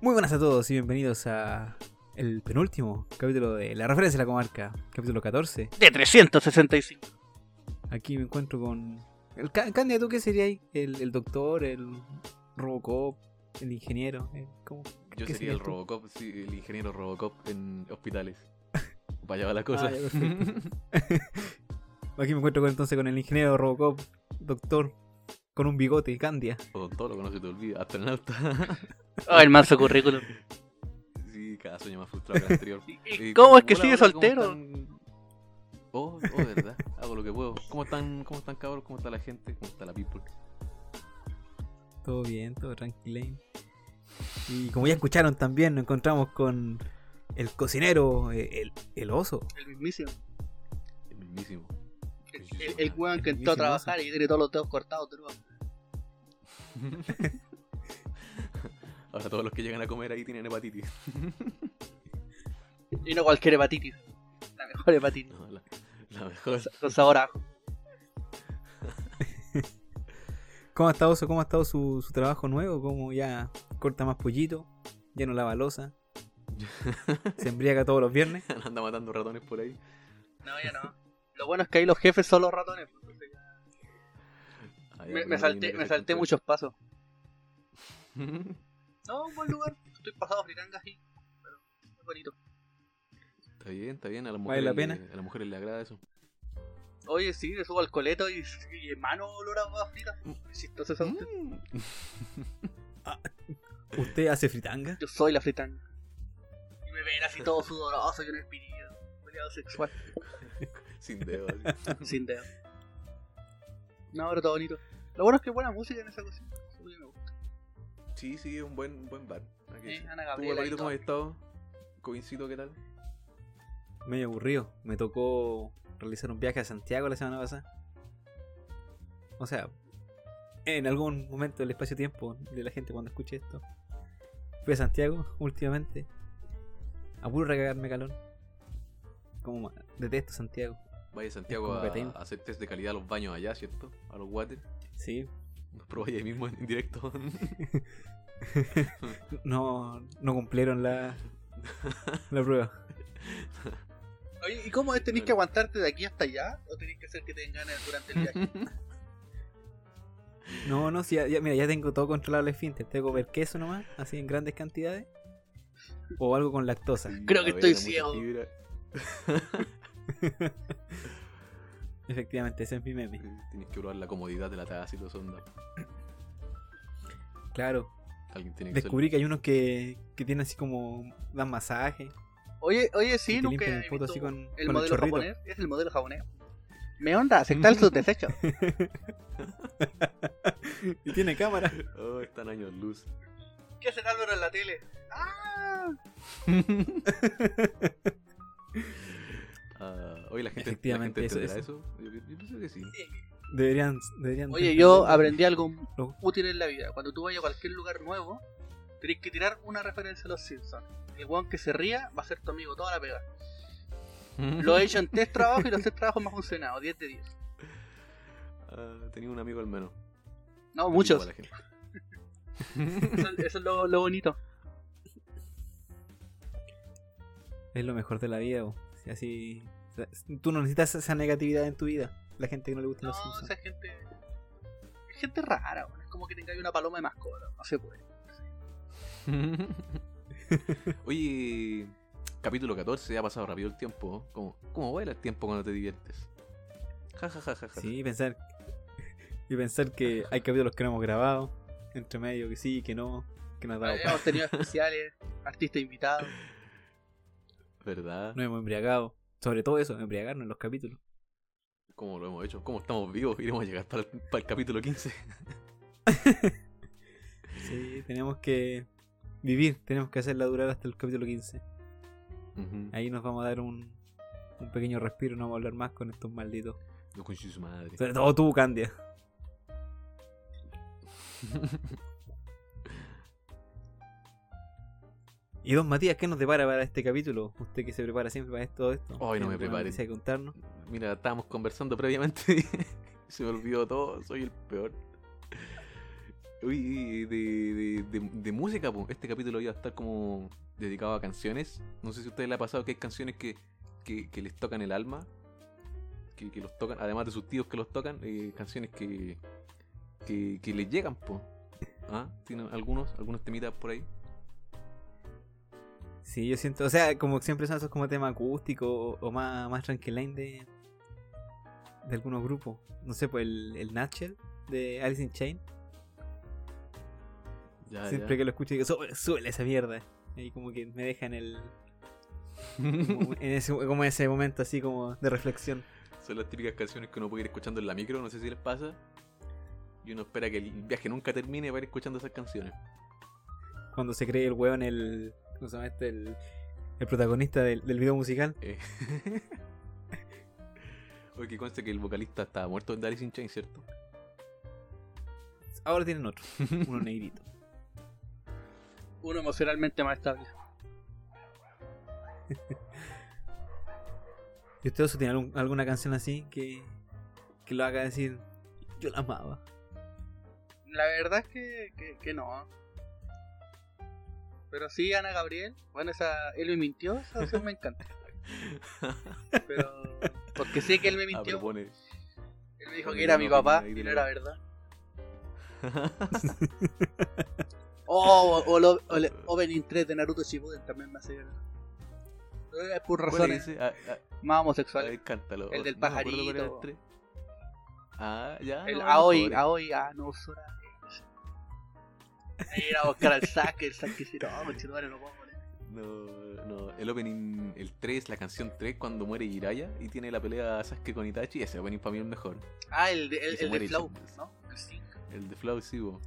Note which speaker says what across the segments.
Speaker 1: Muy buenas a todos y bienvenidos a el penúltimo capítulo de La Referencia de la Comarca, capítulo 14.
Speaker 2: De 365.
Speaker 1: Aquí me encuentro con... El ca- Candia, ¿tú qué sería ahí? ¿El, el doctor? ¿El Robocop? ¿El ingeniero? ¿Eh? ¿Cómo?
Speaker 3: Yo
Speaker 1: ¿Qué
Speaker 3: sería
Speaker 1: serías
Speaker 3: el
Speaker 1: tú?
Speaker 3: Robocop, sí, el ingeniero Robocop en hospitales. Vaya va la cosa.
Speaker 1: Ah, ya, perfecto. Aquí me encuentro con, entonces con el ingeniero Robocop, doctor, con un bigote, Candia.
Speaker 3: Odontólogo, no se te olvida. Astronauta.
Speaker 2: Oh, el manso currículum.
Speaker 3: sí, cada sueño más frustrado que el anterior.
Speaker 2: ¿Y-
Speaker 3: Eh,
Speaker 2: y ¿Cómo es que
Speaker 3: hola,
Speaker 2: sigue
Speaker 3: hola, ¿cómo
Speaker 2: soltero?
Speaker 3: están? Oh, oh, verdad. Hago lo que puedo. ¿Cómo están, cómo están cabros? ¿Cómo está la gente? ¿Cómo está la people?
Speaker 1: Todo bien, todo tranquilo. Y como ya escucharon también, nos encontramos con el cocinero, eh, el, el oso.
Speaker 4: El mismísimo.
Speaker 3: El mismísimo.
Speaker 4: El, el, el weón que
Speaker 1: mismísimo
Speaker 4: entró a trabajar y tiene todos los dedos cortados de nuevo.
Speaker 3: Ahora todos los que llegan a comer ahí tienen hepatitis.
Speaker 4: Y no cualquier hepatitis. La mejor hepatitis.
Speaker 3: No, la, la mejor.
Speaker 4: Con sabor a ajo.
Speaker 1: ¿Cómo ha estado oso? ¿Cómo ha estado su, su trabajo nuevo? ¿Cómo ya corta más pollito? ¿Ya no lava losa? ¿Se embriaga todos los viernes?
Speaker 3: Anda matando ratones por ahí.
Speaker 4: No, ya no. Lo bueno es que ahí los jefes son los ratones. pues, entonces ya.
Speaker 3: Ay,
Speaker 4: Me, me
Speaker 3: alguna leyenda
Speaker 4: salté,
Speaker 3: que
Speaker 4: me
Speaker 3: se
Speaker 4: salté
Speaker 3: contó.
Speaker 4: muchos pasos. No, un buen lugar. Estoy pasado fritangas ahí. Pero es bonito.
Speaker 3: Está bien, está bien. A
Speaker 1: ¿Vale
Speaker 3: las mujeres,
Speaker 1: la
Speaker 3: Le, a las mujeres les agrada eso.
Speaker 4: Oye, sí, me subo al coleto y, y mano olor a huevas fritas. Chistoso eso.
Speaker 2: ¿Mm?
Speaker 1: ¿Usted hace fritanga?
Speaker 4: Yo soy la fritanga. Y me ven así todo sudoroso y un espirido. Culiado sexual.
Speaker 3: Sin dedo. así.
Speaker 4: Sin dedo. No, pero todo bonito. Lo bueno es que buena música en esa cocina. Eso me gusta.
Speaker 3: Sí, sí, es un buen, un buen bar. Hay que
Speaker 4: Sí,
Speaker 3: decir.
Speaker 4: Ana
Speaker 3: ¿Tú,
Speaker 4: Gabriela
Speaker 3: Alvarito,
Speaker 4: y
Speaker 3: cómo
Speaker 4: todo.
Speaker 3: has estado? Coincito, ¿qué tal?
Speaker 1: Medio aburrido. Me tocó realizar un viaje a Santiago la semana pasada. O sea, en algún momento del espacio-tiempo de la gente cuando escuche esto. Fui a Santiago últimamente. A puro recagarme calor. Como ma- detesto Santiago.
Speaker 3: Vaya Santiago
Speaker 1: como
Speaker 3: a,
Speaker 1: que tengo.
Speaker 3: a hacer test de calidad a los baños allá, ¿cierto? A los water.
Speaker 1: Sí.
Speaker 3: Los probáis ahí mismo en directo.
Speaker 1: No, no cumplieron la, la prueba.
Speaker 4: Oye, ¿y cómo es? ¿Tenéis que aguantarte de aquí hasta allá? ¿O tenéis que hacer que tengan ganas durante el viaje?
Speaker 1: No, no, sí, ya, ya- mira, ya tengo todo controlado el esfínter. Tengo que comer queso nomás, así en grandes cantidades. O algo con lactosa.
Speaker 4: Creo que
Speaker 3: A
Speaker 4: estoy
Speaker 3: mucha
Speaker 4: ciego.
Speaker 3: fibra.
Speaker 1: Efectivamente, ese es mi meme.
Speaker 3: Eh, Tienes que probar la comodidad de la taza y los ondas.
Speaker 1: Claro.
Speaker 3: Alguien tiene que ser-
Speaker 1: Descubrí que hay unos que, que tienen así como. dan masaje.
Speaker 4: Oye, oye,
Speaker 1: y
Speaker 4: sí,
Speaker 1: te
Speaker 4: nunca
Speaker 1: limpian
Speaker 4: he
Speaker 1: el poto así
Speaker 4: visto
Speaker 1: con,
Speaker 4: el
Speaker 1: con
Speaker 4: modelo
Speaker 1: chorrito.
Speaker 4: japonés. Es el modelo japonés. Me onda, aceptar sus desechos.
Speaker 1: y tiene cámara.
Speaker 3: Oh, están años luz.
Speaker 4: ¿Qué hacen Álvaro en la tele? ¡Ah!
Speaker 3: Ah, oye, la gente,
Speaker 1: Efectivamente,
Speaker 3: la
Speaker 1: eso-
Speaker 3: gente entenderá eso. Yo, yo pienso que sí.
Speaker 1: Deberían. deberían
Speaker 4: Oye, yo aprendí algo
Speaker 1: No.
Speaker 4: útil en la vida. Cuando tú vayas a cualquier lugar nuevo, tenés que tirar una referencia a los Simpsons. El weón que se ría va a ser tu amigo toda la pega. Lo he hecho en tres trabajos y los tres trabajos me han funcionado. 10 de 10.
Speaker 3: Ah, tenía un amigo al menos.
Speaker 4: No, muchos.
Speaker 3: Igual a la gente.
Speaker 4: Eso, eso es lo, lo bonito.
Speaker 1: Es lo mejor de la vida, bo. Si Así. Tú no necesitas esa negatividad en tu vida. La gente que no le gusta
Speaker 4: No,
Speaker 1: los Simpsons.
Speaker 4: esa gente. Es gente rara, weón. Es como que tengáis una paloma de mascota. No se puede.
Speaker 3: Oye, capítulo 14, ha pasado rápido el tiempo. ¿eh? ¿Cómo, cómo vuela el tiempo cuando te diviertes? Ja, ja, ja, ja, ja.
Speaker 1: Sí, y pensar. Y pensar que hay capítulos que no hemos grabado. Entre medio que sí, que no. Que no ha dado pa-
Speaker 4: Hemos tenido especiales, artistas invitados.
Speaker 3: ¿Verdad?
Speaker 1: Nos hemos embriagado. Sobre todo eso, embriagarnos en los capítulos.
Speaker 3: ¿Cómo lo hemos hecho? ¿Cómo estamos vivos? Iremos a llegar para el, para el capítulo 15.
Speaker 1: Sí, tenemos que vivir. Tenemos que hacerla durar hasta el capítulo 15.
Speaker 3: Ujú.
Speaker 1: Ahí nos vamos a dar un, un pequeño respiro, no vamos a hablar más con estos malditos.
Speaker 3: No conche su madre.
Speaker 1: Sobre todo tú, Candia. Y don Matías, ¿qué nos depara para este capítulo? Usted que se prepara siempre para todo esto.
Speaker 3: Ay, no me
Speaker 1: ¿Tiene alguna
Speaker 3: prepare.
Speaker 1: noticia que contarnos?
Speaker 3: Mira, estábamos conversando previamente y se me olvidó todo. Soy el peor. Uy, y de, de- de- de música, po. este capítulo iba a estar como dedicado a canciones. No sé si a ustedes les ha pasado que hay canciones que, que, que les tocan el alma, que, que los tocan, además de sus tíos que los tocan, eh, canciones que, que, que les llegan, po. ¿Ah? ¿Tienen algunos, algunos temitas por ahí?
Speaker 1: Sí, yo siento, o sea, como siempre son esos como temas acústicos o, o más, más tranquilain de, de algunos grupos. No sé, pues el, el Nutshell de Alice in Chain.
Speaker 3: Ah, Ya,
Speaker 1: siempre que lo escucho digo, sube, súbele esa mierda. Y como que me deja en el. como en ese, como en ese momento así como de reflexión.
Speaker 3: Son las típicas canciones que uno puede ir escuchando en la micro, no sé si les pasa. Y uno espera que el viaje nunca termine para ir escuchando esas canciones.
Speaker 1: Cuando se cree el weón el. ¿Cómo se llama este? El, el protagonista del, del video musical.
Speaker 3: Eh. Oye, que conste que el vocalista estaba muerto en Alice in Chains, ¿cierto? Ah,
Speaker 1: Ahora tienen otro, uno negrito.
Speaker 4: Uno emocionalmente más estable.
Speaker 1: ¿Y usted Oso, tiene algún- alguna canción así que, que lo haga decir, yo la amaba?
Speaker 4: La verdad es que, que, que no. Pero sí, Ana Gabriel. Bueno, esa. Él me mintió, esa canción me encanta. Pero. Porque sé que él me
Speaker 3: Ah,
Speaker 4: mintió.
Speaker 3: pero pone.
Speaker 4: Él me dijo
Speaker 3: Pone
Speaker 4: que era
Speaker 3: una
Speaker 4: mi
Speaker 3: opinión
Speaker 4: papá
Speaker 3: ahí
Speaker 4: y
Speaker 3: del
Speaker 4: no era
Speaker 3: weón.
Speaker 4: verdad. Oh, o, o lo- o el opening 3 de Naruto Shippuden también me hace llorar. Pero Es por
Speaker 3: ¿Cuál
Speaker 4: razones
Speaker 3: es ese? Ah, ah,
Speaker 4: más
Speaker 3: a
Speaker 4: homosexuales.
Speaker 3: ver, cántalo.
Speaker 4: El del
Speaker 3: No me acuerdo cuál era el
Speaker 4: pajarito.
Speaker 3: tres. Ah, ya.
Speaker 4: El
Speaker 3: no,
Speaker 4: Aoi,
Speaker 3: pobre.
Speaker 4: Aoi, ah, no, Sora. Ahí era a buscar al saque, el saque se no, conchetumare, no puedo poner.
Speaker 3: No, no. El opening, el 3, la canción 3, cuando muere Jiraya y tiene la pelea Sasuke con Itachi. Ese opening para mí es el mejor.
Speaker 4: Ah, el de,
Speaker 3: Y
Speaker 4: el,
Speaker 3: se
Speaker 4: el
Speaker 3: muere
Speaker 4: de
Speaker 3: y
Speaker 4: Flow,
Speaker 3: se-
Speaker 4: ¿no? El Sting.
Speaker 3: El de Flow, sí, bo.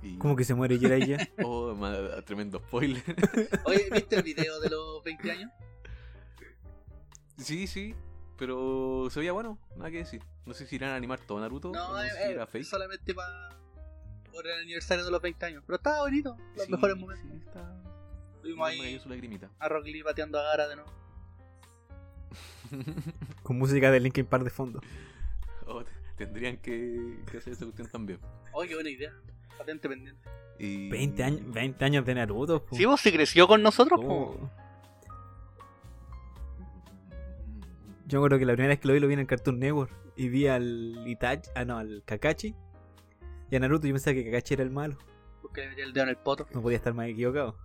Speaker 3: Y...
Speaker 1: ¿Cómo que se muere Jiraiya?
Speaker 3: Oh, ma- tremendo spoiler.
Speaker 4: Oye, ¿viste el video de los 20 años?
Speaker 3: Sí, sí, pero se veía bueno, nada que decir. No sé si irán a animar todo Naruto
Speaker 4: No,
Speaker 3: o no
Speaker 4: eh,
Speaker 3: sé si era
Speaker 4: eh,
Speaker 3: fake.
Speaker 4: solamente para por el aniversario de los 20 años. Pero estaba bonito, los
Speaker 3: Sí,
Speaker 4: mejores momentos.
Speaker 3: sí, está...
Speaker 4: Estuvimos
Speaker 3: Me
Speaker 4: ahí
Speaker 3: cayó su lagrimita.
Speaker 4: a Rock Lee pateando a Gara de nuevo.
Speaker 1: Con música de Linkin Park de fondo.
Speaker 3: Oh, t- tendrían que, que hacer esa cuestión también.
Speaker 4: Oye, Oh, qué buena idea. Patente pendiente.
Speaker 3: Y...
Speaker 1: 20 años, 20 años de Naruto. po. Oh.
Speaker 4: Sí, vos se creció con nosotros,
Speaker 1: Uh.
Speaker 4: po.
Speaker 1: ¿Cómo? Yo creo que la primera vez que lo vi lo vi en el Cartoon Network y vi al Itachi, ah no, al Kakashi y a Naruto. Yo pensaba que Kakashi era el malo,
Speaker 4: Porque le metí el dedo en el poto.
Speaker 1: no podía estar más equivocado.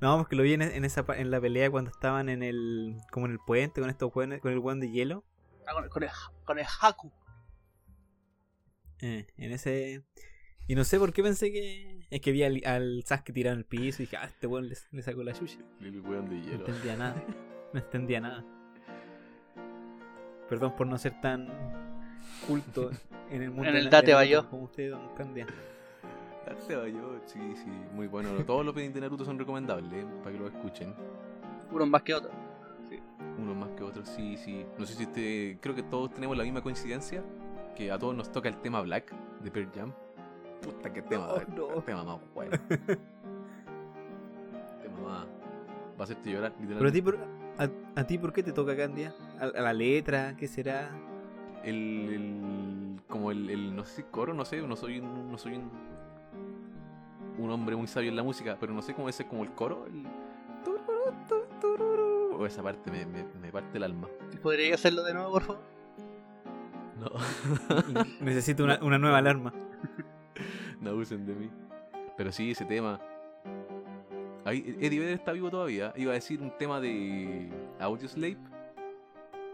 Speaker 1: No, vamos que lo vi en, en esa pa- en la pelea cuando estaban en el como en el puente con estos hueones- con el hueón de hielo.
Speaker 4: Ah, con, con el, con el Haku.
Speaker 1: Eh, en ese. Y no sé por qué pensé que. Es que vi al, al Sasuke tirado en el piso y dije, ah, este weón le, le sacó la suya.
Speaker 3: Mm, El weón de
Speaker 1: No
Speaker 3: hielo.
Speaker 1: entendía nada. No entendía nada. Perdón por no ser tan culto en el mundo.
Speaker 4: En el
Speaker 1: de-
Speaker 4: Date
Speaker 1: de-
Speaker 4: Bayo.
Speaker 1: Como usted, don Candia.
Speaker 3: Arte Bayo, sí, sí, muy bueno. Todos los openings de Naruto son recomendables eh, para que los escuchen.
Speaker 4: Uno más que otro.
Speaker 3: Unos más que otros, sí, sí. No sé si este, creo que todos tenemos la misma coincidencia, que a todos nos toca el tema Black de Pearl Jam. Puta, qué tema,
Speaker 1: No, no.
Speaker 3: tema más bueno. tema más. Va a hacerte llorar,
Speaker 1: Pero a ti,
Speaker 3: literalmente.
Speaker 1: por, a, a ti, ¿por qué te toca Candia? ¿A, a la letra? ¿Qué será?
Speaker 3: El, el- como el, el- no sé, coro, no sé, no soy un, no soy un, un hombre muy sabio en la música, pero no sé cómo ese es como el coro, el tururú, tu, tururú. O esa parte me, me, me parte el alma.
Speaker 4: ¿Podrías hacerlo de nuevo, por favor?
Speaker 3: No.
Speaker 1: Necesito una, una nueva alarma.
Speaker 3: No abusen de mí. Pero sí, ese tema. Ahí, Eddie Vedder está vivo todavía. Iba a decir un tema de Audioslave.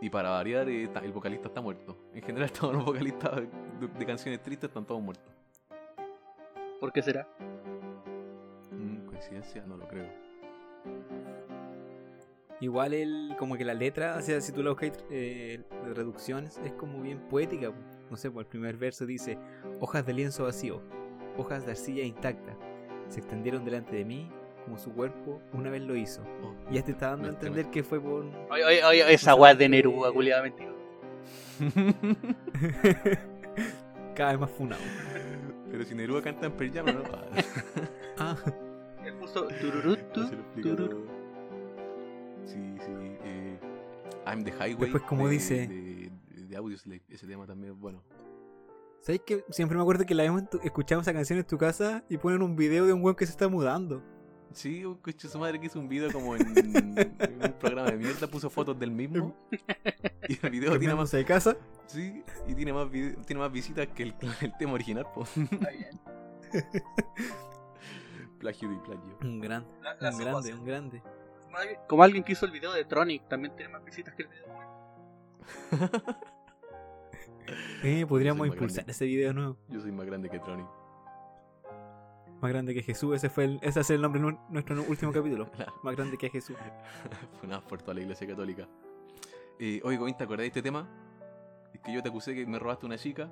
Speaker 3: Y para variar, eh, ta- el vocalista está muerto. En general, todos los vocalistas de, de canciones tristes están todos muertos.
Speaker 4: ¿Por qué será?
Speaker 3: Mm, coincidencia, no lo creo.
Speaker 1: Igual el, como que la letra, o sea, si tú la buscas eh, de reducciones, es como bien poética. po. No sé, por el primer verso dice, hojas de lienzo vacío, hojas de arcilla intacta, se extendieron delante de mí como su cuerpo una vez lo hizo.
Speaker 3: Oh,
Speaker 1: Y este está dando a
Speaker 3: me- te-
Speaker 1: entender que fue por...
Speaker 4: Oye, oye, oye, esa weá de Neruda, culiada mentira.
Speaker 1: Cada vez más funado.
Speaker 3: Pero si Neruda canta en Pearl Jam, ¿no?
Speaker 1: Ah,
Speaker 3: Ah,
Speaker 4: Él puso tururú,
Speaker 3: no
Speaker 4: tu,
Speaker 3: se lo explico
Speaker 4: tururú.
Speaker 3: todo. Sí, sí. eh, I'm the Highway.
Speaker 1: Después, como
Speaker 3: de-
Speaker 1: dice-
Speaker 3: De, de Audioslave. Ese tema también es bueno.
Speaker 1: ¿Sabéis que siempre me acuerdo que la vemos en tu- escuchamos esa canción en tu casa y ponen un video de un weón que se está mudando?
Speaker 3: Sí, un coche su madre que hizo un video como en, en un programa de mierda, puso fotos del mismo. Y el video tiene más,
Speaker 1: Cambiándose de casa.
Speaker 3: sí, y tiene más, vide- tiene más visitas que el, el tema original, po.
Speaker 4: Está bien.
Speaker 3: Plagio de plagio.
Speaker 1: Un gran,
Speaker 4: La- la
Speaker 1: un
Speaker 4: supo
Speaker 1: grande,
Speaker 4: hacer.
Speaker 1: un grande.
Speaker 4: Como alguien- Como alguien que hizo el video de Tronic, también tiene más visitas que el video.
Speaker 1: Eh, podríamos
Speaker 3: Soy más
Speaker 1: impulsar
Speaker 3: grande.
Speaker 1: ese video nuevo.
Speaker 3: Yo soy más grande que Tronic.
Speaker 1: Más grande que Jesús, ese fue el, ese es el nombre de nu- nuestro nu- último capítulo. Más grande que Jesús.
Speaker 3: Funadas por toda la iglesia católica. Eh, oye, Goin, ¿te acordás de este tema? Es que yo te acusé que me robaste una chica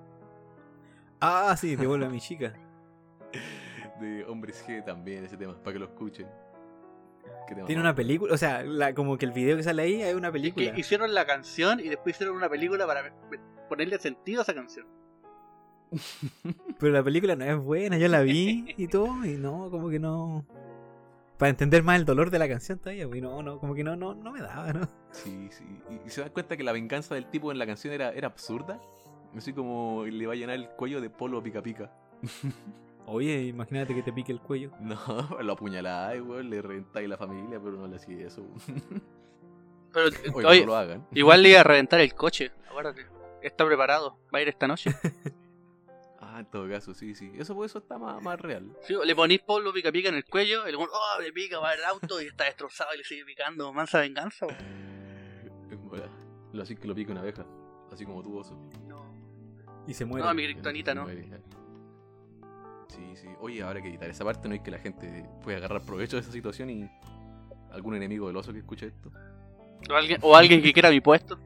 Speaker 1: Ah, sí, te vuelve a mi chica.
Speaker 3: de Hombres G también, ese tema, para que lo escuchen. ¿Qué tema,
Speaker 1: Tiene
Speaker 3: no?
Speaker 1: una película, o sea, la, como que el video que sale ahí es una
Speaker 4: Es que
Speaker 1: película.
Speaker 4: hicieron la canción y después hicieron una película para ver- ponerle sentido a esa canción.
Speaker 1: Pero la película no es buena, yo la vi y todo, y no, como que no. Para entender más el dolor de la canción todavía, güey, no, no, como que no, no, no me daba, ¿no?
Speaker 3: Sí, sí. Y, y se dan cuenta que la venganza del tipo en la canción era, era absurda. Así como le va a llenar el cuello de polo pica pica.
Speaker 1: Oye, imagínate que te pique el cuello.
Speaker 3: No, lo apuñaláis, weón, le rentáis la familia, pero no le hacía eso.
Speaker 2: Pero,
Speaker 3: Oye,
Speaker 2: oye,
Speaker 3: no lo hagan.
Speaker 2: igual le iba a reventar el coche.
Speaker 4: Acuérdate, está preparado, va a ir esta noche.
Speaker 3: Ah, en todo caso, sí, sí. Eso, pues, eso está más, más real.
Speaker 4: Sí, le ponís Pablo pica pica en el cuello, el weón, oh, le pica, va el auto y está destrozado y le sigue picando. Mansa venganza, weón.
Speaker 3: Eh, Lo así que lo pica una abeja. Así como tu oso.
Speaker 4: No,
Speaker 1: Y se muere.
Speaker 4: no, mi criptonita no.
Speaker 3: Sí, sí. Oye, ahora hay que editar esa parte, no es que la gente puede agarrar provecho de esa situación y algún enemigo del oso que escuche esto.
Speaker 2: O alguien, o alguien que quiera mi puesto.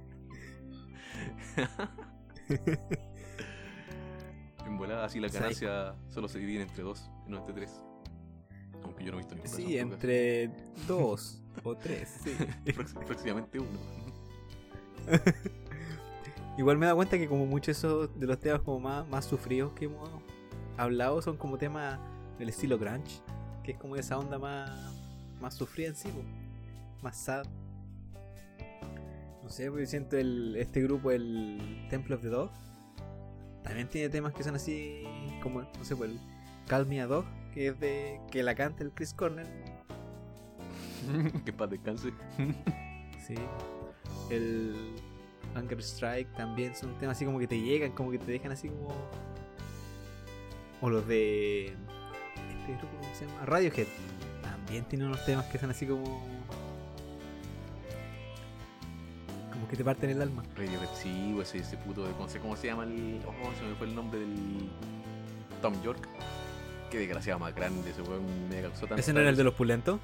Speaker 3: En volada, así la
Speaker 1: Sí.
Speaker 3: ganancia solo se divide entre dos, no entre tres. Aunque yo no he visto ningún caso,
Speaker 1: Sí,
Speaker 3: en todo
Speaker 1: entre dos o tres, sí.
Speaker 3: caso. Próxim- Próximamente uno.
Speaker 1: Igual me he dado cuenta que como muchos esos de los temas como más, más sufridos que hemos hablado son como temas del estilo grunge, que es como esa onda más, más sufrida en sí, po, más sad. No sé, porque siento el, este grupo, el Temple of the Dog, también tiene temas que son así como, no sé, pues el Call Me a Dog, que es de que la canta el Chris Cornell.
Speaker 3: que paz descanse.
Speaker 1: Sí. El Hunger Strike también son temas así como que te llegan, como que te dejan así como. O los de. Este grupo, ¿cómo se llama? Radiohead. También tiene unos temas que son así como. Como que te parten el alma.
Speaker 3: Radiohead, sí, pues, ese, ese puto de. No sé cómo se llama el. Oh, se me fue el nombre del. Tom York. Qué desgraciado más grande, ese weón me causó ¿Mm? tanto.
Speaker 1: ¿Ese no era el de los pulentos?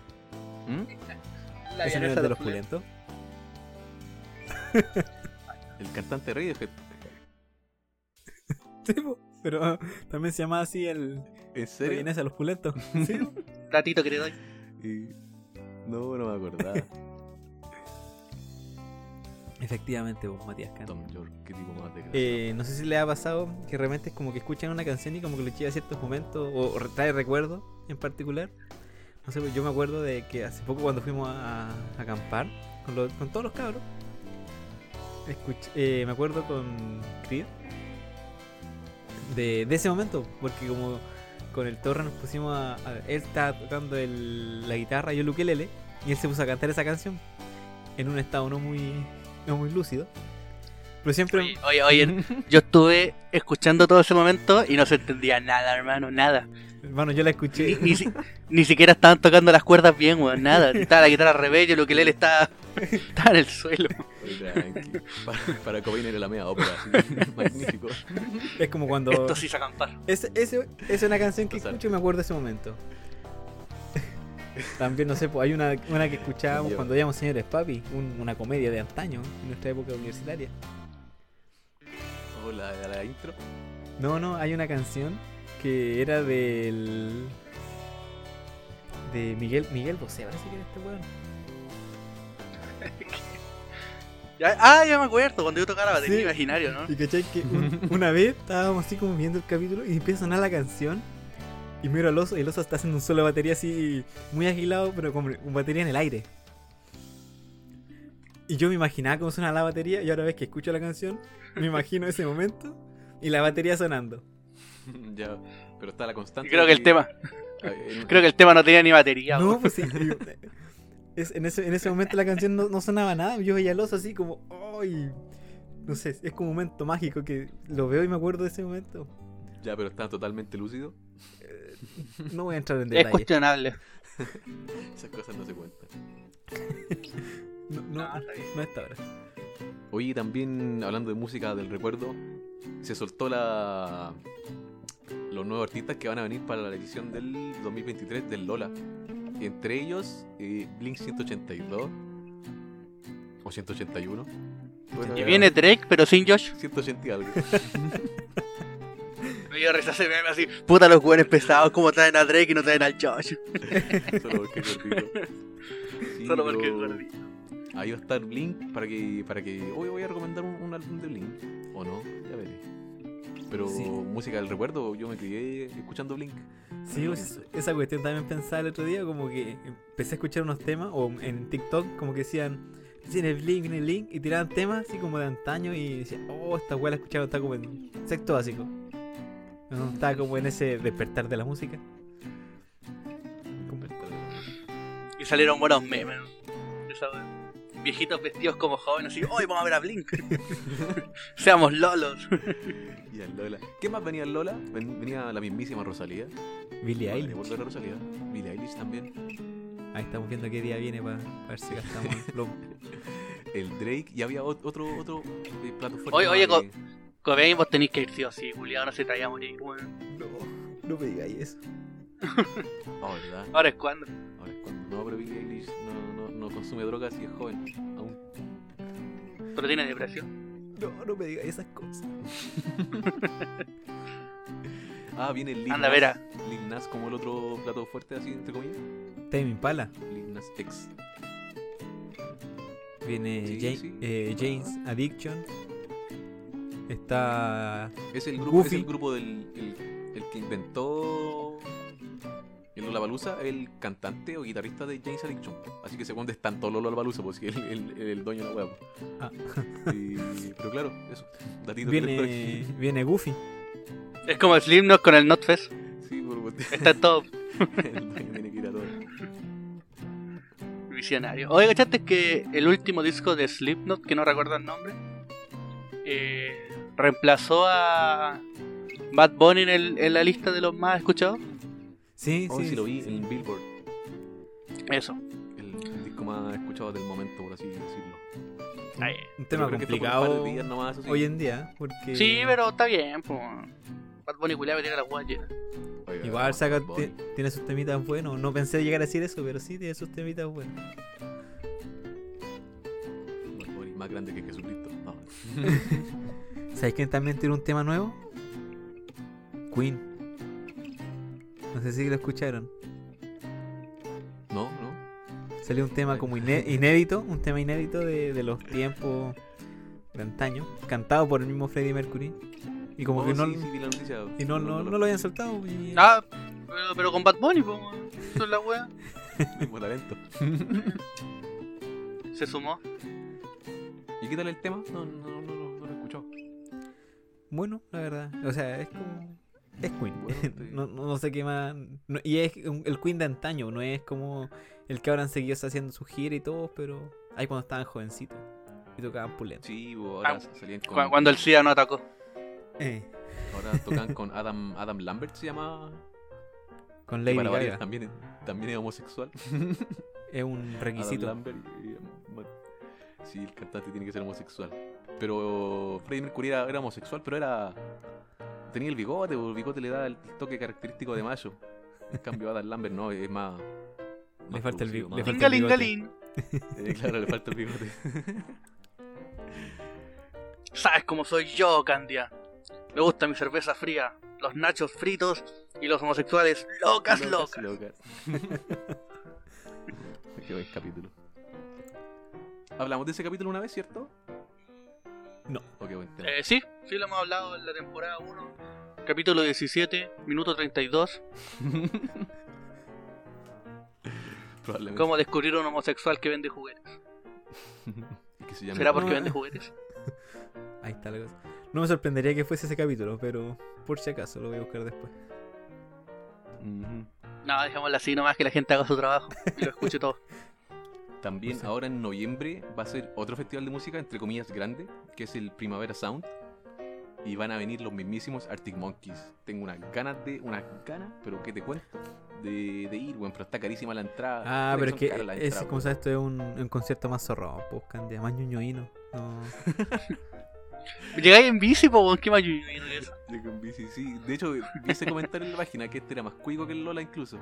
Speaker 4: La
Speaker 1: ¿Ese no era el
Speaker 4: violencia
Speaker 1: de los
Speaker 4: pulentos.
Speaker 1: pulentos?
Speaker 3: El cantante de Radiohead.
Speaker 1: Sí, po, pero ah, también se llama así el.
Speaker 3: ¿En
Speaker 1: La
Speaker 3: serio?
Speaker 1: vienesa de los pulentos. Sí, po.
Speaker 4: Datito que te doy.
Speaker 3: Y- No, no me acordaba.
Speaker 1: Efectivamente, vos, Matías Cano.
Speaker 3: Tom York, qué tipo más desgraciado.
Speaker 1: Eh, no sé si le ha pasado que realmente es como que escuchan una canción y como que le lleva ciertos momentos o re- trae recuerdos en particular. No sé, pues yo me acuerdo de que hace poco cuando fuimos a, a acampar con, los- con todos los cabros, escuch- eh, me acuerdo con Creed de, de ese momento, porque como con el Torre nos pusimos a, a- él estaba tocando el- la guitarra, yo el ukelele, y él se puso a cantar esa canción en un estado no muy, no muy lúcido. Pero siempre...
Speaker 2: Oye, oye, oye, yo estuve escuchando todo ese momento y no se entendía nada, hermano, nada.
Speaker 1: Hermano, yo
Speaker 2: Ni,
Speaker 1: la escuché.
Speaker 2: ni si- ni siquiera estaban tocando las cuerdas bien, weón, nada. Estaba la guitarra rebelde, lo que él está, está en el suelo.
Speaker 1: Eh.
Speaker 3: Oye, tranqui. Para, para Cobain era la media ópera. así, Magnífico.
Speaker 1: Es como cuando.
Speaker 2: Esto sí es acampar.
Speaker 1: Es, es- es una canción que
Speaker 3: Pasar.
Speaker 1: escucho y me acuerdo de ese momento. También, no sé, pues, hay una, una que escuchábamos
Speaker 3: Yo.
Speaker 1: cuando íbamos señores papi, un- una comedia de antaño, en nuestra época universitaria.
Speaker 3: O la, la intro.
Speaker 1: No, no, hay una canción que era del. de Miguel Miguel Bosé, parece que era este weón.
Speaker 4: Ya- ah, ya me acuerdo, cuando yo tocaba la batería
Speaker 1: Sí.
Speaker 4: imaginario, ¿no?
Speaker 1: Y cachai que un- una vez estábamos así como viendo el capítulo y empieza a sonar la canción. Y miro al oso y el oso está haciendo un solo de batería así muy agilado, pero con con batería en el aire. Y yo me imaginaba cómo suena la batería y ahora ves que escucho la canción, me imagino ese momento. Y la batería sonando.
Speaker 3: ya, pero está la constante.
Speaker 4: Creo
Speaker 3: de
Speaker 4: que el tema,
Speaker 3: Ah, en-
Speaker 4: creo que el tema no tenía ni batería.
Speaker 1: No,
Speaker 4: weón.
Speaker 1: pues sí. Es- en, ese, en ese momento la canción no, no sonaba nada. Yo veía los así como. ¡Ay! No sé, es como un momento mágico que lo veo y me acuerdo de ese momento.
Speaker 3: Ya, pero está totalmente lúcido.
Speaker 1: No voy a entrar en
Speaker 5: Es
Speaker 1: detalle.
Speaker 5: cuestionable.
Speaker 3: Esas cosas no se cuentan.
Speaker 1: No, no, no Ah, está ahora.
Speaker 3: Oye, también hablando de música del recuerdo, se soltó la los nuevos artistas que van a venir para la edición del 2023 del Lola. Entre ellos, eh, Blink 182 o 181. Bueno,
Speaker 4: Y viene Drake, pero sin Josh.
Speaker 3: 180 y algo.
Speaker 4: Me dio risa ese meme así. Puta, los hueones pesados, como traen a Drake y no traen al Josh.
Speaker 3: Solo porque es gordito. Sí,
Speaker 4: Solo porque es
Speaker 3: pero
Speaker 4: gordito.
Speaker 3: Ahí va a estar Blink para que. para que. Hoy voy a recomendar un, un álbum de Blink. ¿O no? Ya veré. Pero
Speaker 1: Sí.
Speaker 3: música del recuerdo, yo me crié escuchando Blink.
Speaker 1: Sí, pues, esa cuestión también pensaba el otro día, como que empecé a escuchar unos temas, o en TikTok, como que decían, tiene el link, tiene el link, y tiraban temas así como de antaño y decían, oh, esta weá la escucharon, está como en sexto básico. No, estaba como en ese despertar de la música. Como-
Speaker 4: Y salieron buenos memes. ¿no? Esa wea. Viejitos vestidos como jóvenes, así. Hoy vamos a ver a Blink. Seamos lolos.
Speaker 3: Y al Lola. ¿Qué más venía al Lola? Ven- venía la mismísima Rosalía.
Speaker 1: Billie
Speaker 3: Vale,
Speaker 1: Eilish.
Speaker 3: volver a Rosalía. Billie Eilish también.
Speaker 1: Ahí estamos viendo qué día viene para ver si gastamos el plomo.
Speaker 3: El Drake. Y había ot- otro, otro eh, plato fuerte.
Speaker 4: Oye,
Speaker 3: ¿no?
Speaker 4: oye,
Speaker 3: Que-
Speaker 4: Cobain, vos tenés que ir, sí o sí, Julián. No se te vaya a morir, weón.
Speaker 1: No, no me digáis eso.
Speaker 3: Ah, ¿verdad?
Speaker 4: Ahora es cuando.
Speaker 3: Ahora es cuando- No, pero Billie Eilish no, no, no consume drogas y es joven. Aún.
Speaker 4: Pero tiene depresión.
Speaker 1: No, no me digáis esas cosas.
Speaker 3: Ah, viene Lil
Speaker 4: Anda,
Speaker 3: Nas.
Speaker 4: verá.
Speaker 3: Lil Nas como el otro plato fuerte, así entre comillas.
Speaker 1: Tame Impala.
Speaker 3: Lil Nas X.
Speaker 1: Viene
Speaker 3: Sí,
Speaker 1: Jane-
Speaker 3: sí.
Speaker 1: eh, Jane's Addiction. Está
Speaker 3: Es el grupo, es
Speaker 1: Goofy.
Speaker 3: el grupo del el, el que inventó el Lollapalooza, el cantante o guitarrista de James Addiction. Así que se cuenta es tanto Lollapalooza, pues si el, el, el dueño de la web.
Speaker 1: Ah.
Speaker 3: pero claro, eso. Datito directo
Speaker 1: viene,
Speaker 3: aquí.
Speaker 1: viene Goofy.
Speaker 4: Es como el Slipknot con el Notfest.
Speaker 3: Sí, por cuestión-
Speaker 4: Está todo
Speaker 3: el dueño tiene que ir a todo.
Speaker 4: visionario. Oye, ¿cachaste que el último disco de Slipknot, que no recuerdo el nombre, eh, reemplazó a Bad Bunny en, el- en la lista de los más escuchados?
Speaker 1: Sí,
Speaker 3: Oh,
Speaker 1: sí,
Speaker 3: sí, lo vi
Speaker 1: sí.
Speaker 3: en Billboard,
Speaker 4: Eso.
Speaker 3: el, el disco más escuchado del momento, por así decirlo.
Speaker 4: Ay,
Speaker 1: Un
Speaker 3: Pero
Speaker 1: tema
Speaker 3: creo que fue por un par de
Speaker 1: complicado
Speaker 3: días nomás, eso sí.
Speaker 1: hoy en día. Porque
Speaker 4: Sí, pero está bien, po. Bad Bunny culiao que tiene la guay llena.
Speaker 3: Oiga,
Speaker 1: igual saca,
Speaker 3: Bad Bunny.
Speaker 1: ti- tiene sus temitas buenos. No pensé llegar a decir eso, pero sí tiene sus temitas buenos.
Speaker 3: Bad Bunny más grande que Jesucristo. No.
Speaker 1: ¿Sabes quién también tiene un tema nuevo? Queen. No sé si lo escucharon.
Speaker 3: No, no.
Speaker 1: Salió un tema como iné- inédito, un tema inédito de, de los tiempos de antaño, cantado por el mismo Freddie Mercury. Y como
Speaker 3: Oh,
Speaker 1: que no,
Speaker 3: sí, sí, vi la noticia.
Speaker 1: y no, no, no lo habían soltado. y-
Speaker 4: Ah, pero, pero con Bad Bunny, po. Eso es la wea.
Speaker 3: Mismo talento.
Speaker 4: Se sumó.
Speaker 3: ¿Y qué tal el tema? No, no, no, no, no lo he escuchado.
Speaker 1: Bueno, la verdad. O sea, es como. Es Queen.
Speaker 3: Bueno, sí.
Speaker 1: no, no, no sé qué más. no- y es un- el Queen de antaño, no es como el que ahora han seguido haciendo su gira y todo, pero ahí cuando estaban jovencitos y tocaban pulento.
Speaker 3: Sí, bo, ahora
Speaker 4: Ah,
Speaker 3: salían
Speaker 4: Cu-
Speaker 3: con.
Speaker 4: Cuando el SIDA no atacó.
Speaker 1: Eh,
Speaker 3: Ahora tocan con Adam, Adam Lambert, se llama.
Speaker 1: con
Speaker 3: que
Speaker 1: Lady
Speaker 3: para varias
Speaker 1: Gaga.
Speaker 3: también, es- también es homosexual.
Speaker 1: Es un
Speaker 3: Adam
Speaker 1: requisito.
Speaker 3: Lambert. eh, bueno. sí, el cantante tiene que ser homosexual. Pero Freddie Mercury era, era homosexual, pero era. Tenía el bigote, bo, el bigote le da el toque característico de mayo. En cambio, Adam Lambert no, es más. más
Speaker 1: falta el bi-
Speaker 3: producido,
Speaker 1: le
Speaker 3: más-
Speaker 1: falta
Speaker 4: Galín,
Speaker 1: bigote.
Speaker 4: galín.
Speaker 3: Eh, claro, le falta el bigote.
Speaker 4: ¿Sabes cómo soy yo, Candia? Me gusta mi cerveza fría, los nachos fritos y los homosexuales locas, locas.
Speaker 3: locas. Qué buen capítulo. Hablamos de ese capítulo una vez, ¿cierto?
Speaker 1: No.
Speaker 3: O qué buen tema.
Speaker 4: Eh, sí, sí lo hemos hablado en la temporada 1, capítulo 17, minuto 32,
Speaker 3: Probablemente.
Speaker 4: cómo descubrir un homosexual que vende juguetes.
Speaker 3: Que se llama-
Speaker 4: ¿Será porque
Speaker 1: No,
Speaker 4: vende
Speaker 1: eh.
Speaker 4: juguetes?
Speaker 1: Ahí está la cosa. No me sorprendería que fuese ese capítulo, pero por si acaso lo voy a buscar después.
Speaker 3: Ujú.
Speaker 4: No, dejémoslo así nomás que la gente haga su trabajo y lo escuche todo.
Speaker 3: También
Speaker 1: No sé.
Speaker 3: ahora en noviembre va a ser otro festival de música, entre comillas, grande, que es el Primavera Sound. Y van a venir los mismísimos Arctic Monkeys. Tengo unas ganas de. Unas ganas, pero ¿qué te cuento? De, de ir, weón, pero está carísima la entrada.
Speaker 1: Ah,
Speaker 3: Puta
Speaker 1: pero es
Speaker 3: son
Speaker 1: que
Speaker 3: caras las
Speaker 1: ese,
Speaker 3: entradas,
Speaker 1: como
Speaker 3: weón.
Speaker 1: sabes, esto es un, un concierto más zorrón, pues, Candy, más ñoñoíno. No.
Speaker 4: Llegáis en bici, po, weón, qué más yuyu que eso.
Speaker 3: De con bici, sí. De hecho, vi ese comentario en la página que este era más cuico que el Lola incluso.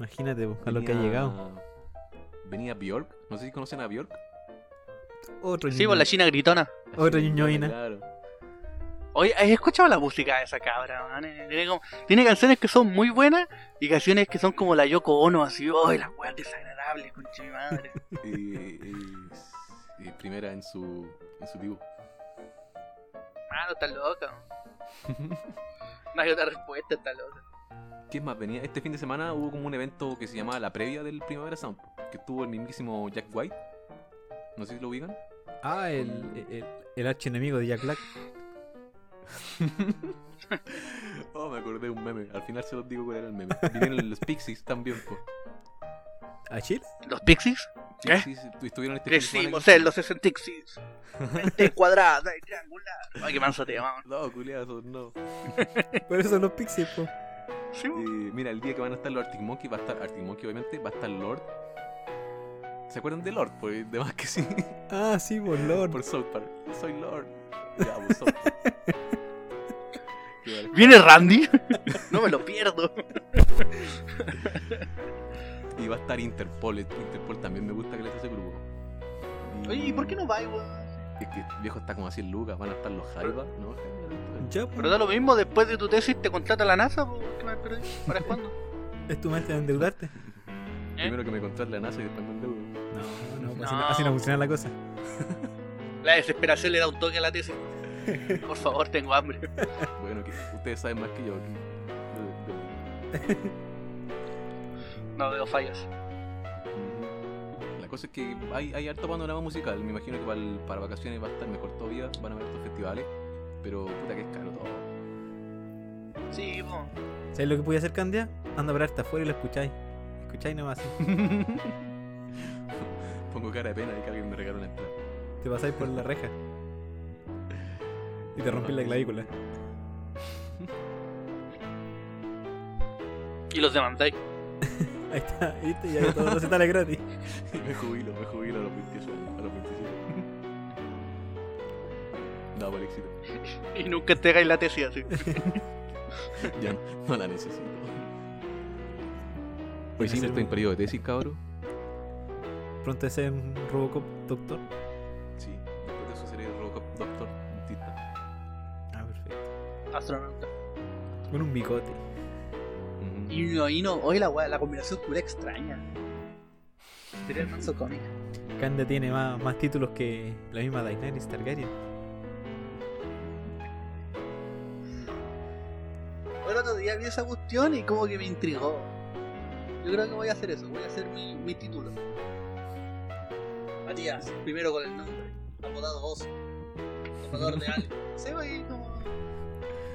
Speaker 1: Imagínate, pues, a lo que ha
Speaker 3: Venía-
Speaker 1: llegado.
Speaker 3: Venía Bjork, no sé si conocen a Bjork.
Speaker 1: Otro
Speaker 4: Sí, pues la
Speaker 1: ñoño.
Speaker 4: china gritona.
Speaker 1: Otra
Speaker 3: Sí,
Speaker 1: ñoñoína.
Speaker 3: Claro.
Speaker 4: Oye, ¿has escuchado la música de esa cabra, man? Eh, Tiene, como- tiene canciones que son muy buenas y canciones que son como la Yoko Ono, así, ¡ay, las weas desagradables, concha de mi madre!
Speaker 3: Eh, eh, y primera en su, en su vivo.
Speaker 4: Mano, Ah, está loca, man. No hay otra respuesta, está loca.
Speaker 3: ¿Qué más venía? Este fin de semana hubo como un evento que se llamaba La Previa del Primavera Sound, que estuvo el mismísimo Jack White. No sé si lo ubican.
Speaker 1: Ah, el, el, el archienemigo de Jack Black.
Speaker 3: oh, me acordé de un meme. Al final se los digo cuál era el meme. Vinieron los Pixies también, po.
Speaker 1: ¿A Chile?
Speaker 4: ¿Los Pixies? ¿Qué?
Speaker 3: Pixies estuvieron este fin de semana
Speaker 4: Crecimos
Speaker 3: aquí.
Speaker 4: en los 60 Pixies. Mente cuadrada y triangular. Ay, qué manso tema, man.
Speaker 3: No, culiados, no.
Speaker 1: Por eso los pixies, pues.
Speaker 4: Sí,
Speaker 3: Eh, mira, el día que van a estar los Arctic Monkey, va a estar Arctic Monkey, obviamente, va a estar Lord. ¿Se acuerdan de Lord? Pues de más que sí.
Speaker 1: Ah, sí, por Lord.
Speaker 3: Por South Park. Soy Lord. Ya, por South Park. Qué vale.
Speaker 4: ¿Viene Randy? No me lo pierdo.
Speaker 3: Y va a estar Interpol. eh, Interpol también me gusta que le hace ese grupo.
Speaker 4: Oye, ¿y por qué no va, weón?
Speaker 3: Es que el viejo está como así en Lucas, van a estar los Jaiba, ¿no? Jaiba,
Speaker 1: Ya, pues, po.
Speaker 4: Pero da lo mismo, después de tu tesis te contrata la NASA, po, ¿qué más perdí? ¿Para cuándo?
Speaker 1: ¿Es tu mente de endeudarte?
Speaker 3: Primero que me contrate la NASA y después me endeudo.
Speaker 1: No, no,
Speaker 4: No.
Speaker 1: Así, no, así no funciona la cosa.
Speaker 4: La desesperación le da un toque a la tesis. Por favor, tengo hambre.
Speaker 3: Bueno, que ustedes saben más que yo. que- de- de-
Speaker 4: No veo fallas.
Speaker 3: La cosa es que hay, hay harto panorama musical. Me imagino que para, el- para vacaciones va a estar mejor todavía. Van a haber estos festivales. Pero puta que es caro todo.
Speaker 4: Sí, po.
Speaker 1: ¿Sabes lo que podía hacer, Candia? Anda a pararte afuera y lo escucháis. Escucháis nomás.
Speaker 3: Pongo cara de pena de que alguien me regaló una entrada.
Speaker 1: Te pasáis por la reja. Y te rompí la clavícula.
Speaker 4: Y los demandáis.
Speaker 1: Ahí está, ¿viste? Ya que todos los recetales gratis.
Speaker 3: Y me jubilo, me jubilo a los 28 años. A los 27. No, por éxito.
Speaker 4: Y nunca entregáis la tesis así.
Speaker 3: Ya no la necesito. Pues sí,
Speaker 1: Hacer
Speaker 3: estoy
Speaker 1: un-
Speaker 3: en periodo de tesis, cabrón.
Speaker 1: Pronto ese es un Robocop doctor.
Speaker 3: Sí, después de eso seré Robocop Doctor. dentista.
Speaker 1: Ah, perfecto.
Speaker 4: Astronauta.
Speaker 1: Con un bigote.
Speaker 3: Ujú.
Speaker 4: Y no, y no. Hoy la, wea- la combinación pura extraña. Sería el manso cómico.
Speaker 1: Kanda tiene más, más títulos que la misma Daenerys Targaryen.
Speaker 4: El otro día vi esa cuestión y como que me intrigó. Yo creo que voy a hacer eso, voy a hacer mi, mi título. Matías, primero con el nombre. Apodado vos. Tomador de algo. Se va ahí como.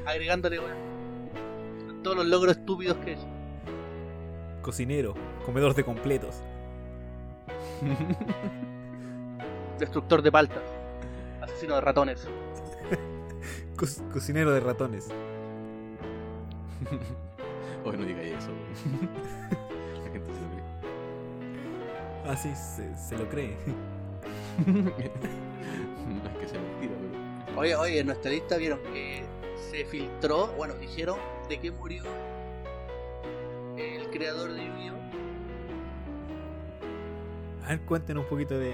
Speaker 4: agregándole, weón. Todos los logros estúpidos que he hecho.
Speaker 1: Cocinero, comedor de completos.
Speaker 4: Destructor de paltas. Asesino de ratones.
Speaker 1: Cos- cocinero de ratones.
Speaker 3: Hoy no digáis eso. güey. La gente se lo
Speaker 1: Así Ah, se, se lo cree.
Speaker 3: cree. no es que sea mentira, pero.
Speaker 4: Oye, oye, en nuestra lista vieron que se filtró, bueno, dijeron de qué murió el creador de Yu-Gi-Oh!
Speaker 1: A ver, cuéntenos un poquito de.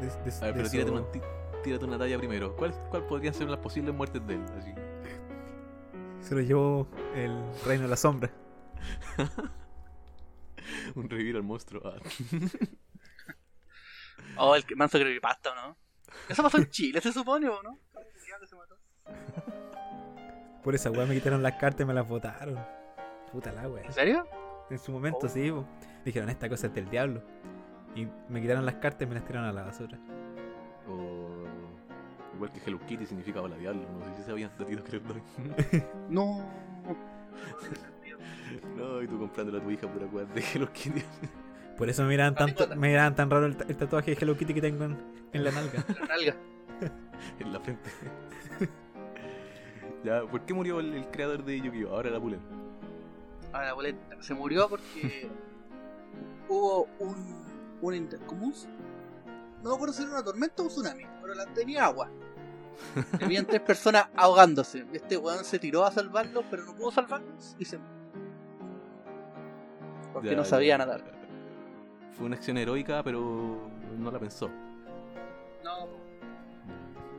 Speaker 1: de, de-
Speaker 3: A
Speaker 1: de
Speaker 3: ver, pero
Speaker 1: su-
Speaker 3: tírate una, tí- tírate una talla primero. ¿Cuál, ¿Cuál podrían ser las posibles muertes de él? Así.
Speaker 1: Se lo llevó el reino de la sombra.
Speaker 3: Un revivir al monstruo. Ah.
Speaker 4: Oh, el que- manso creepypasta, ¿no? Eso pasó en Chile, se supone, ¿o no?
Speaker 1: Por esa weá me quitaron las cartas y me las botaron. Puta la weá.
Speaker 4: ¿En serio?
Speaker 1: En su momento
Speaker 4: Oh.
Speaker 1: sí, po. dijeron esta cosa es del diablo. Y me quitaron las cartas y me las tiraron a la basura.
Speaker 3: O- Igual que Hello Kitty significa hola diablo, no sé si sabían datitos que les doy.
Speaker 4: No.
Speaker 3: no, y tú comprándole a tu hija pura cuerda de Hello Kitty.
Speaker 1: Por eso me miraban
Speaker 4: Ah,
Speaker 1: tanto,
Speaker 4: igual.
Speaker 1: me miraban tan raro el, ta- el tatuaje de Hello Kitty que tengo en, en la nalga.
Speaker 4: La nalga.
Speaker 3: en la frente. ya, ¿por qué murió el, el creador de Yu-Gi-Oh? Ahora la pulen.
Speaker 4: A la boleta. Se murió porque hubo un. un inter- ¿Cómo es? No me acuerdo si era una tormenta o un tsunami, pero la tenía agua. Habían tres personas ahogándose. Y Este weón se tiró a salvarlos, pero no pudo salvarlos y se murió. Porque
Speaker 3: Ya,
Speaker 4: no sabía
Speaker 3: ya.
Speaker 4: nadar.
Speaker 3: Fue una acción heroica, pero no la pensó.
Speaker 4: No.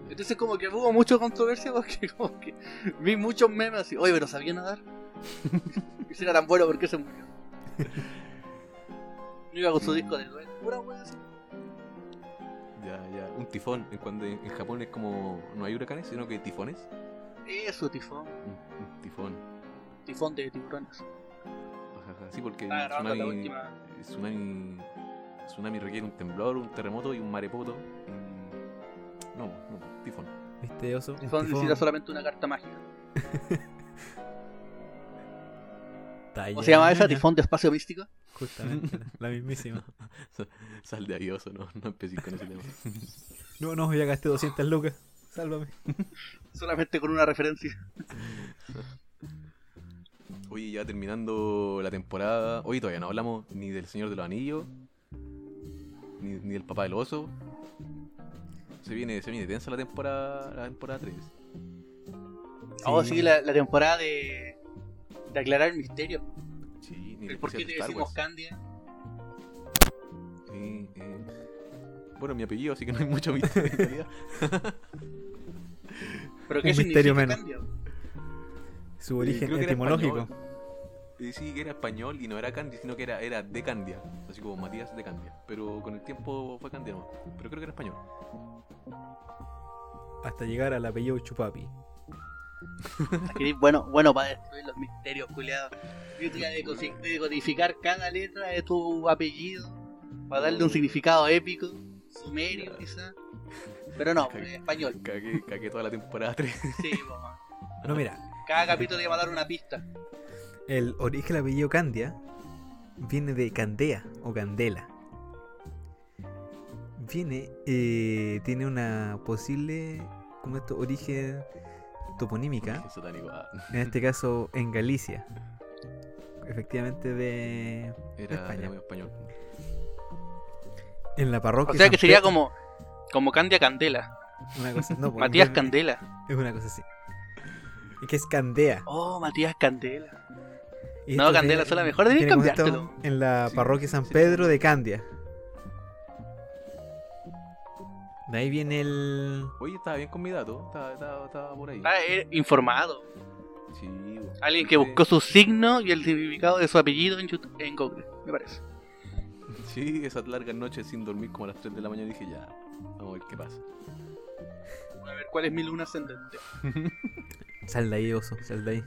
Speaker 4: Entonces como que hubo mucha controversia porque como que vi muchos memes así, oye, pero sabía nadar. y si era tan bueno, ¿por qué se murió? Iba con su disco de duelo. Pura wea así.
Speaker 3: Ya, ya. Un tifón. En, cuando en, en Japón es como. No hay huracanes, sino que hay tifones.
Speaker 4: Eso, tifón.
Speaker 3: Un, un tifón.
Speaker 4: Tifón de tiburones.
Speaker 3: Ajá, ajá. Sí, porque.
Speaker 4: Estaba
Speaker 3: el
Speaker 4: grabando la
Speaker 3: tsunami-
Speaker 4: última.
Speaker 3: el tsunami, el tsunami requiere un temblor, un terremoto y un marepoto. y- No, no, tifón.
Speaker 1: ¿Viste, Este oso? Un
Speaker 4: Tifón
Speaker 1: tifón.
Speaker 4: necesita solamente una carta mágica. ¿Cómo
Speaker 1: Tallana.
Speaker 4: se llama esa? Tifón de espacio místico.
Speaker 1: Justamente, la- la mismísima.
Speaker 3: Sal de ahí, oso, no, no empecé con ese tema.
Speaker 1: No, no, ya gasté 200 lucas. Sálvame.
Speaker 4: Solamente con una referencia.
Speaker 3: Oye, ya terminando la temporada. Oye, todavía no hablamos ni del Señor de los Anillos, ni, ni del Papá del Oso. Se viene, se viene tensa la temporada, la temporada 3.
Speaker 4: Vamos a seguir Oh, la, la temporada de, de aclarar el misterio.
Speaker 3: Sí, ni
Speaker 4: El por qué le
Speaker 3: especial de Star
Speaker 4: decimos
Speaker 3: Wars.
Speaker 4: Candia.
Speaker 3: Sí, eh. Bueno, mi apellido, así que no hay mucho misterio en realidad.
Speaker 4: Pero qué
Speaker 1: Un
Speaker 4: significa
Speaker 1: misterio menos.
Speaker 4: Candia.
Speaker 1: Su
Speaker 3: Sí,
Speaker 1: origen
Speaker 3: creo que era
Speaker 1: etimológico.
Speaker 3: español. Y sí, que era español y no era Candy, sino que era, era de Candia. Así como Matías de Candia. Pero con el tiempo fue Candia nomás. Pero creo que era español.
Speaker 1: Hasta llegar al apellido Chupapi.
Speaker 4: Aquí, bueno, bueno, para destruir los misterios, culiado. Yo tenía que consi- de codificar cada letra de tu apellido para darle un significado épico, sumerio
Speaker 3: Ya.
Speaker 4: quizá. Pero no,
Speaker 3: Cagué.
Speaker 4: en español.
Speaker 3: Cagué, cagué toda la temporada 3.
Speaker 4: Sí, mamá.
Speaker 1: No, mira,
Speaker 4: Cada capítulo iba a dar una pista.
Speaker 1: el origen del apellido Candia viene de Candea o Candela. Viene, eh, tiene una posible, como esto, origen toponímica.
Speaker 3: Eso tan igual.
Speaker 1: En este caso, en Galicia. Efectivamente, de.
Speaker 3: Era,
Speaker 1: España.
Speaker 3: era muy español.
Speaker 1: En la parroquia.
Speaker 4: O sea
Speaker 1: San
Speaker 4: que sería
Speaker 1: Pedro-
Speaker 4: como, como Candia Candela.
Speaker 1: Una cosa, no, pues,
Speaker 4: Matías
Speaker 1: es-
Speaker 4: Candela.
Speaker 1: Es una cosa así. Es que es Candea.
Speaker 4: Oh, Matías Candela.
Speaker 1: Y
Speaker 4: no,
Speaker 1: esto
Speaker 4: Candela,
Speaker 1: tiene-
Speaker 4: eso es la mejor, debí
Speaker 1: tiene como esto
Speaker 4: cambiártelo.
Speaker 1: En la
Speaker 3: Sí,
Speaker 1: parroquia San
Speaker 3: sí.
Speaker 1: Pedro de Candia. De ahí viene el.
Speaker 3: Oye, estaba bien con mi dato. Estaba, estaba- estaba por ahí.
Speaker 4: Está eh, informado.
Speaker 3: Sí, bo.
Speaker 4: Alguien que buscó su signo y el significado de su apellido en, YouTube- en Google, me parece.
Speaker 3: Sí, esas largas noches sin dormir como a las 3 de la mañana dije ya. Vamos a ver qué pasa.
Speaker 4: A ver cuál es mi luna ascendente.
Speaker 1: Sal de ahí, oso, sal de ahí.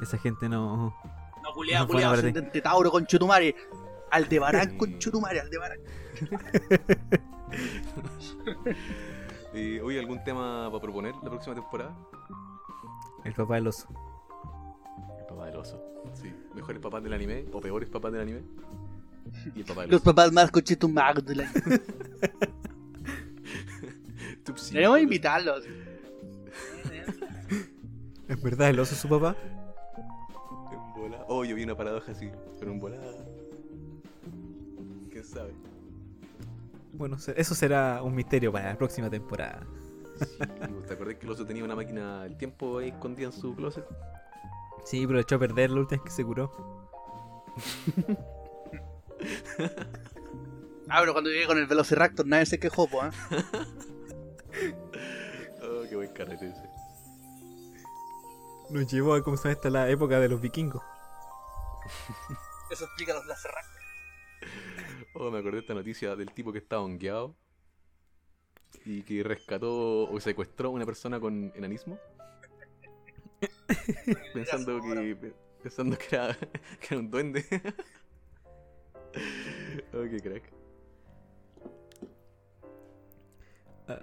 Speaker 1: Esa gente no.
Speaker 4: No, culiado,
Speaker 1: No, fue
Speaker 4: culiado,
Speaker 1: una verdad.
Speaker 4: ascendente Tauro con Chutumare. Aldebarán
Speaker 3: Sí.
Speaker 4: con Chutumare, Aldebarán.
Speaker 3: Eh, oye, ¿algún tema para proponer la próxima temporada?
Speaker 1: El papá del oso.
Speaker 3: El papá del oso. Sí. ¿Mejores papás del anime o peores papás del anime? Y el papá del
Speaker 4: Los
Speaker 3: oso.
Speaker 4: papás más con Chutumare. de la-
Speaker 3: Tupsi.
Speaker 4: Deberíamos invitarlos.
Speaker 1: ¿Es verdad el oso es su papá?
Speaker 3: En bola. Oh, yo vi una paradoja así, pero en bola. ¿Quién sabe?
Speaker 1: Bueno, se- eso será un misterio para la próxima temporada.
Speaker 3: Sí, ¿Te acordás que el oso tenía una máquina del tiempo ahí escondida en su closet?
Speaker 1: Sí, pero echó a perder la última vez que se curó.
Speaker 4: Ah, pero cuando llegué con el Velociraptor nadie se quejó, po, ¿eh?
Speaker 3: Oh, qué buen carrete ese.
Speaker 1: Nos llevó a, como se llama esta, la época de los vikingos.
Speaker 4: Eso explica los Velociraptors.
Speaker 3: Oh, me acordé de esta noticia del tipo que estaba hongueado y que rescató o secuestró a una persona con enanismo. pensando que pensando que era, que era un duende. oh, qué crack.
Speaker 1: Ah,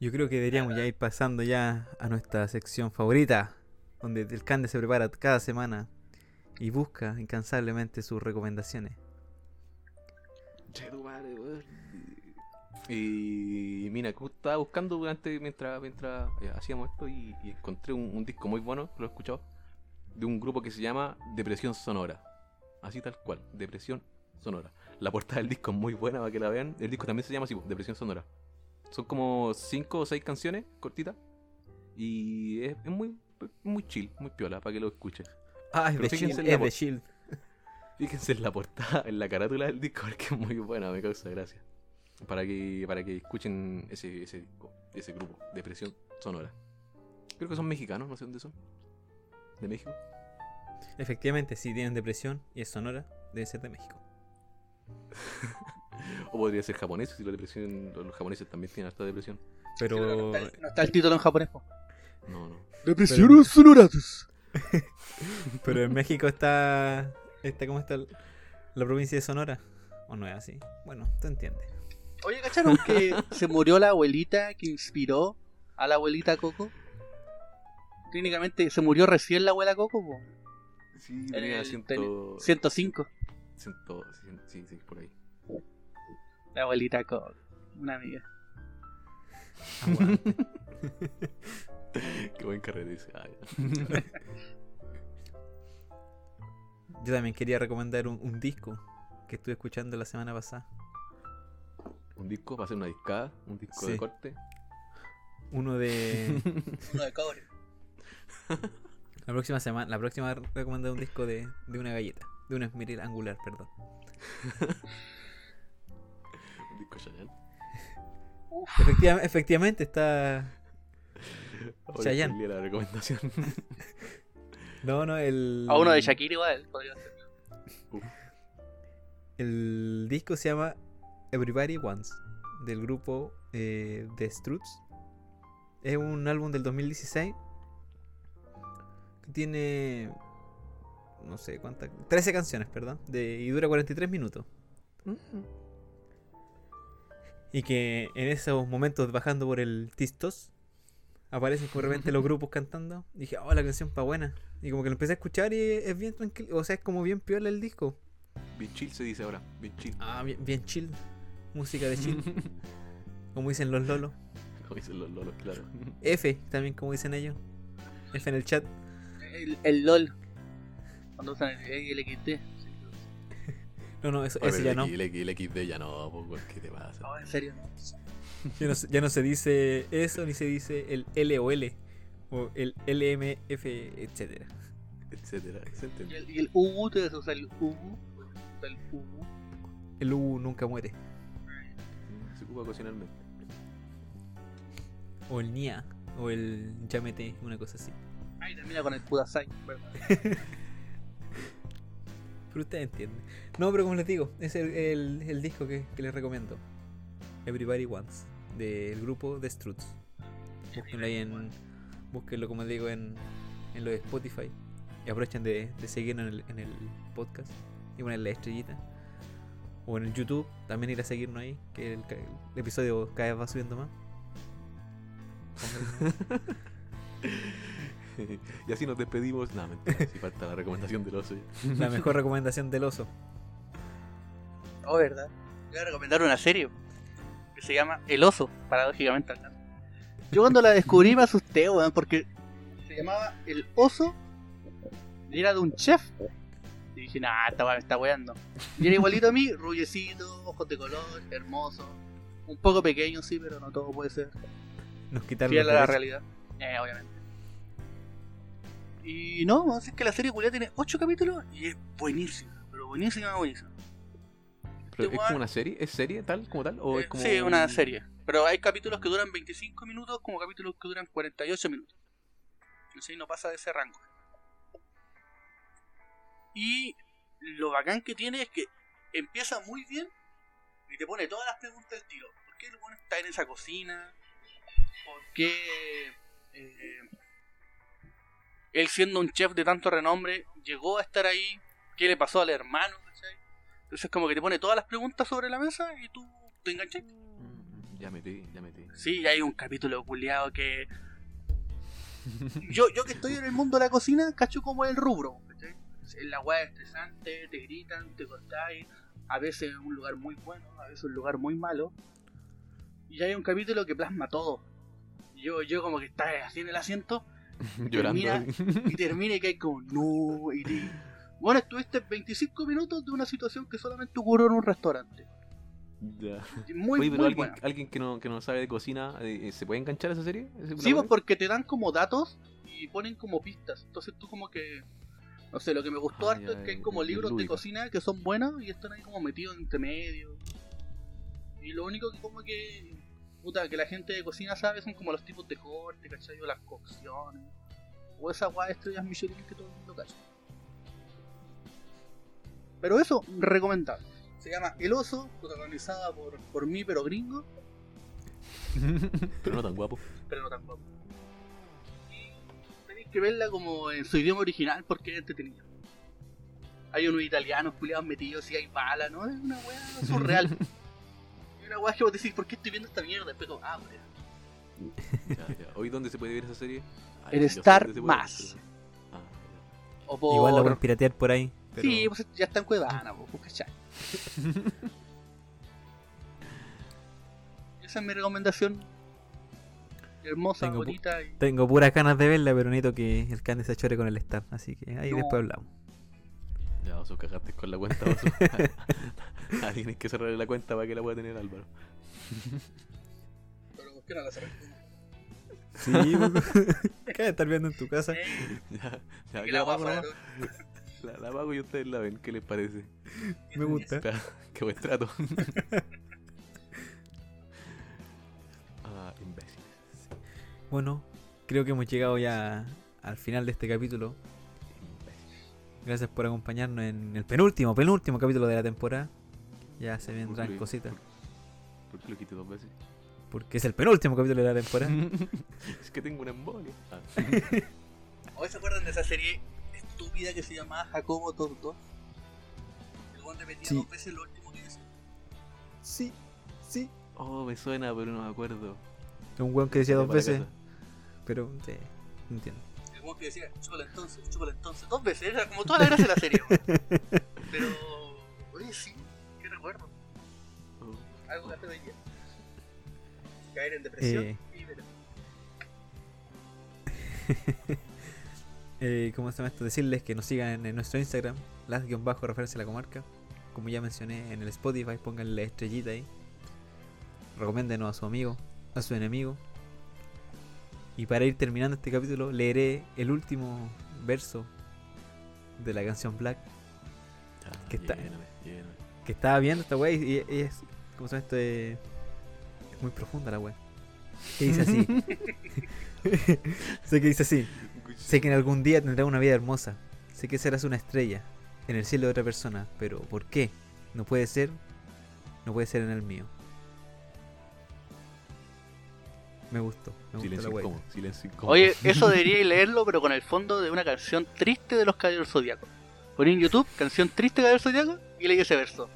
Speaker 1: Yo creo que deberíamos ya ir pasando ya a nuestra sección favorita, donde el Cande se prepara cada semana y busca incansablemente sus recomendaciones.
Speaker 3: Che, tu madre, weón. Y, y mira, cu- estaba buscando durante mientras, mientras eh, hacíamos esto y, y encontré un, un disco muy bueno, lo he escuchado, de un grupo que se llama Depresión Sonora. Así tal cual, Depresión Sonora. La portada del disco es muy buena para que la vean. El disco también se llama así, pues, Depresión Sonora. Son como 5 o 6 canciones cortitas y es, es muy, muy chill, muy piola para que lo escuchen.
Speaker 1: Ah, es
Speaker 3: Pero
Speaker 1: de
Speaker 3: fíjense
Speaker 1: Shield,
Speaker 3: en la
Speaker 1: es de
Speaker 3: voz.
Speaker 1: Shield.
Speaker 3: Fíjense en la portada, en la carátula del disco, porque es muy buena, me causa gracia. Para que, para que escuchen ese, ese disco, ese grupo, Depresión Sonora. Creo que son mexicanos, no sé dónde son. De México.
Speaker 1: Efectivamente, si tienen depresión y es sonora, debe ser de México.
Speaker 3: O podría ser japoneses, si la depresión, los los japoneses también tienen harta depresión.
Speaker 1: Pero
Speaker 4: No, está, no está el título en japonés. po.
Speaker 3: No, no.
Speaker 1: Depresiones
Speaker 4: sonoratas.
Speaker 1: pero en México está está cómo está la provincia de Sonora o no es así. Bueno, tú entiendes.
Speaker 4: Oye, ¿cacharon que se murió la abuelita que inspiró a la abuelita Coco? Técnicamente se murió recién la abuela Coco, po.
Speaker 3: Sí,
Speaker 4: En
Speaker 3: tenía
Speaker 4: el
Speaker 3: 100,
Speaker 4: tele- 105.
Speaker 3: ciento- cien- sí, sí, por ahí.
Speaker 4: La abuelita Coco. Una amiga.
Speaker 1: Aguante.
Speaker 3: Qué buen carrete dice. Ay.
Speaker 1: Yo también quería recomendar un, un disco que estuve escuchando la semana pasada.
Speaker 3: Un disco para hacer una discada, un disco
Speaker 1: Sí.
Speaker 3: de corte.
Speaker 1: Uno de
Speaker 4: Uno de cobre.
Speaker 1: la próxima semana, la próxima voy a recomendar un disco de, de una galleta, de una esmeril angular, perdón.
Speaker 3: Un disco Chayanne.
Speaker 1: Efectiva- efectivamente está
Speaker 3: Ahora
Speaker 1: Chayanne.
Speaker 3: salía la recomendación.
Speaker 1: no, no, el
Speaker 4: A uno de Shakira igual, podría ser.
Speaker 1: El disco se llama Everybody Wants, del grupo eh, The Struts. Es un álbum del 2016 que tiene. No sé cuántas. 13 canciones, perdón. de- y dura 43 minutos. Y que en esos momentos bajando por el Tistos aparecen como de repente los grupos cantando. Y dije, oh, la canción está buena. Y como que lo empecé a escuchar y es bien tranquilo. O sea, es como bien piola el disco.
Speaker 3: Bien chill se dice ahora. Bien chill.
Speaker 1: Ah, bien, bien chill. Música de chill, como dicen los lolos.
Speaker 3: Como dicen los lolos, claro.
Speaker 1: F, también como dicen ellos. F en el chat.
Speaker 4: El, el LOL. Cuando usan el LXT.
Speaker 1: No, no, eso,
Speaker 3: Oye,
Speaker 1: ese
Speaker 3: pero
Speaker 1: ya
Speaker 3: el
Speaker 1: no.
Speaker 3: X- El, X- el XD ya no, po, weón, ¿qué te pasa?
Speaker 4: No, en serio.
Speaker 1: Ya no, se- ya no se dice eso, ni se dice el L o L. O el LMF, etcétera.
Speaker 3: Etcétera, se
Speaker 4: Y
Speaker 3: entiende.
Speaker 4: el, y el UU, te usa el UU. usa El UU.
Speaker 1: El U nunca muere.
Speaker 3: Se ocupa ocasionalmente.
Speaker 1: O el NIA. O el llámete, una cosa así.
Speaker 4: Ay, termina con el Kudasai. ¿verdad?
Speaker 1: Pero ustedes entienden. No, pero como les digo, es el, el- el disco que, que les recomiendo. Everybody Wants, del grupo The Struts. Búsquenlo ahí en. Búsquenlo, como les digo, en, en lo de Spotify. Y aprovechen de, de seguirnos en el, en el podcast. Y ponerle estrellita. O en el YouTube, también ir a seguirnos ahí. Que el, ca- el episodio cada vez va subiendo más. Pónganlo.
Speaker 3: y así nos despedimos. Nada, mentira. Si falta la recomendación del oso. ya.
Speaker 1: La mejor recomendación del oso.
Speaker 4: Oh, verdad. Voy a recomendar una serie que se llama El Oso, paradójicamente hablando. Yo cuando la descubrí me asusté, weón, porque se llamaba El Oso y era de un chef. Y dije, nah, esta weá me está weando. Y era igualito a mí, rubiecito, ojos de color, hermoso. Un poco pequeño, sí, pero no todo puede ser
Speaker 1: Nos quitaron
Speaker 4: fiel
Speaker 1: los
Speaker 4: a la
Speaker 1: derechos.
Speaker 4: realidad. Eh, obviamente. Y no, vamos a decir que la serie culia tiene 8 capítulos y es buenísima, pero buenísima, buenísima.
Speaker 3: Pero
Speaker 4: Este
Speaker 3: ¿Es como una serie? ¿Es serie tal como tal? ¿O
Speaker 4: Eh,
Speaker 3: es como...
Speaker 4: Sí, es una serie. Pero hay capítulos que duran 25 minutos como capítulos que duran 48 minutos. Entonces no pasa de ese rango. Y lo bacán que tiene es que empieza muy bien y te pone todas las preguntas al tiro. ¿Por qué el bueno está en esa cocina? ¿Por qué eh, él siendo un chef de tanto renombre llegó a estar ahí? ¿Qué le pasó al hermano? ¿Cachai? Entonces como que te pone todas las preguntas sobre la mesa y tú te enganchas.
Speaker 3: Mm, Ya metí, ya metí.
Speaker 4: Sí, y hay un capítulo culiado que. Yo, yo que estoy en el mundo de la cocina, cacho como el rubro. ¿cachai? Es La weá es estresante, te gritan, te cortáis. A veces es un lugar muy bueno, a veces un lugar muy malo. Y hay un capítulo que plasma todo. Y Yo, yo como que está así en el asiento
Speaker 3: Llorando.
Speaker 4: y termina y cae como, no, y te- Bueno, estuviste 25 minutos de una situación que solamente ocurrió en un restaurante.
Speaker 3: Ya.
Speaker 4: Muy,
Speaker 3: Oye, pero
Speaker 4: muy
Speaker 3: alguien,
Speaker 4: buena.
Speaker 3: alguien que, no, que no sabe de cocina, eh, eh, ¿se puede enganchar a esa serie?
Speaker 4: Sí,
Speaker 3: ¿Ese- la
Speaker 4: pues
Speaker 3: wea?
Speaker 4: porque te dan como datos y ponen como pistas. Entonces tú como que... No sé, lo que me gustó
Speaker 3: Ah,
Speaker 4: harto
Speaker 3: ya,
Speaker 4: es que hay
Speaker 3: es-
Speaker 4: como
Speaker 3: es
Speaker 4: libros de
Speaker 3: lúdica.
Speaker 4: cocina que son buenos y están ahí como metidos entre medio. Y lo único que como que... Puta, que la gente de cocina sabe son como los tipos de corte, ¿cachai? O las cocciones. O esa guay estrellas Michelin que todo el mundo cacha. Pero eso, recomendable. Se llama El Oso, protagonizada por, por mí pero gringo.
Speaker 3: pero no tan guapo.
Speaker 4: pero no tan guapo. Y tenéis que verla como en su idioma original porque es entretenida. Hay unos italianos culiados metidos y hay bala, ¿no? Es una weá surreal. Y una weá que vos decís, ¿por qué estoy viendo esta mierda? Después como, ah, weá.
Speaker 3: Ya, ya. ¿Hoy dónde se puede ver esa serie? Ah,
Speaker 4: En
Speaker 3: yo sé
Speaker 4: Star
Speaker 3: dónde se puede ver,
Speaker 4: Más.
Speaker 3: pero- Ah, ya.
Speaker 4: O por...
Speaker 1: Igual la pueden piratear por ahí. pero-
Speaker 4: Sí, pues ya está en Cuevana, vos, pues, ¿cachai? Esa es mi recomendación. Hermosa,
Speaker 1: Tengo pu-
Speaker 4: bonita y...
Speaker 1: Tengo puras ganas de verla, pero necesito que el Candy se chore con el Star. Así que ahí
Speaker 4: No.
Speaker 1: después hablamos.
Speaker 3: Ya, Oso, cagaste con la cuenta, Oso. ah, tienes que cerrar la cuenta para que la pueda tener Álvaro.
Speaker 4: Pero ¿por qué no la cerré?
Speaker 1: Sí,
Speaker 4: pues.
Speaker 1: de estar viendo en tu casa.
Speaker 4: Eh,
Speaker 3: Ya, ya,
Speaker 4: que
Speaker 3: que
Speaker 4: la
Speaker 3: la,
Speaker 4: weá
Speaker 3: pago, la,
Speaker 4: fuera-
Speaker 3: la- la pago y ustedes la ven. ¿Qué les
Speaker 1: ¿Eh?
Speaker 3: parece?
Speaker 1: Me gusta.
Speaker 3: Espera, Qué buen trato. ah, imbécil.
Speaker 1: Bueno, creo que hemos llegado ya al final de este capítulo. Gracias por acompañarnos en el penúltimo, penúltimo capítulo de la temporada. Ya se vendrán
Speaker 3: Uy,
Speaker 1: cositas.
Speaker 3: ¿Por qué lo quité dos veces?
Speaker 1: Porque es el penúltimo capítulo de la
Speaker 3: Mm.
Speaker 1: temporada.
Speaker 3: es que tengo una embolia. Ah,
Speaker 4: ¿Hoy se acuerdan de esa serie estúpida que se llamaba Jacobo Torto? El weón repetía
Speaker 1: Sí.
Speaker 4: dos veces lo último que decía.
Speaker 1: Sí, sí.
Speaker 3: Oh, me suena, pero no me acuerdo.
Speaker 1: Un weón que decía
Speaker 3: Voy
Speaker 1: dos
Speaker 3: para
Speaker 1: veces,
Speaker 3: casa.
Speaker 1: pero sí, no entiendo.
Speaker 4: El weón que decía, chúpala entonces, chúpala entonces. Dos veces, era como toda la gracia de la serie, weón. Pero, oye, sí, qué recuerdo.
Speaker 3: Oh.
Speaker 4: Algo que hace hoy día. Caer en depresión
Speaker 1: Eh.
Speaker 4: y ver-
Speaker 1: Eh, ¿Cómo se llama esto? Decirles que nos sigan en nuestro Instagram, las-referencia a la comarca. Como ya mencioné en el Spotify, pónganle la estrellita ahí. Recomiéndenos a su amigo, a su enemigo. Y para ir terminando este capítulo, leeré el último verso de la canción Black
Speaker 3: Ya,
Speaker 1: ¿Qué tal?
Speaker 3: lléname, lléname.
Speaker 1: que estaba viendo esta wey y, y es como se llama esto Eh, es muy profunda la wey que dice así sé que dice así sé que en algún día tendrás una vida hermosa sé que serás una estrella en el cielo de otra persona pero por qué no puede ser no puede ser en el mío me gustó me gustó la
Speaker 3: Silencio
Speaker 1: wey
Speaker 3: incómodo, silencio incómodo.
Speaker 4: Oye, eso deberíais leerlo, pero con el fondo de una canción triste de los Caballeros Zodíacos. Poní en YouTube, canción triste de Caballeros Zodíacos, y leí ese verso.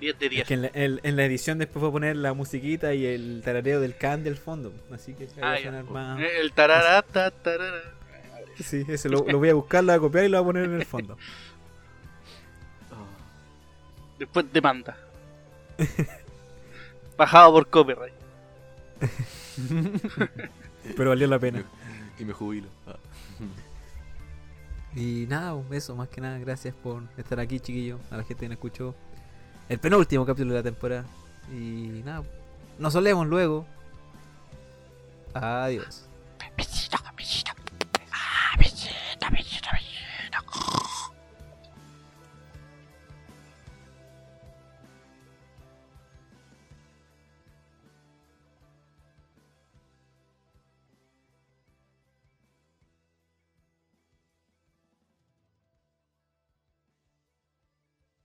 Speaker 4: 10 de 10.
Speaker 1: Es que en la, en- en la edición después voy a poner la musiquita y el tarareo del can del fondo así que va
Speaker 4: Ah,
Speaker 1: a
Speaker 4: ya.
Speaker 1: sonar más
Speaker 4: Eh, El tarara, ta, tarara.
Speaker 1: Sí, ese lo, lo voy a buscar, lo voy a copiar y lo voy a poner en el fondo.
Speaker 3: Ah,
Speaker 4: Después demanda. Bajado por copyright.
Speaker 1: Pero valió la pena.
Speaker 3: y me jubilo. Ah.
Speaker 1: Y nada, un beso más que nada. Gracias por estar aquí, chiquillo. A la gente que nos escuchó. El penúltimo capítulo de la temporada. Y nada, nos solemos luego. Adiós.
Speaker 4: Besito.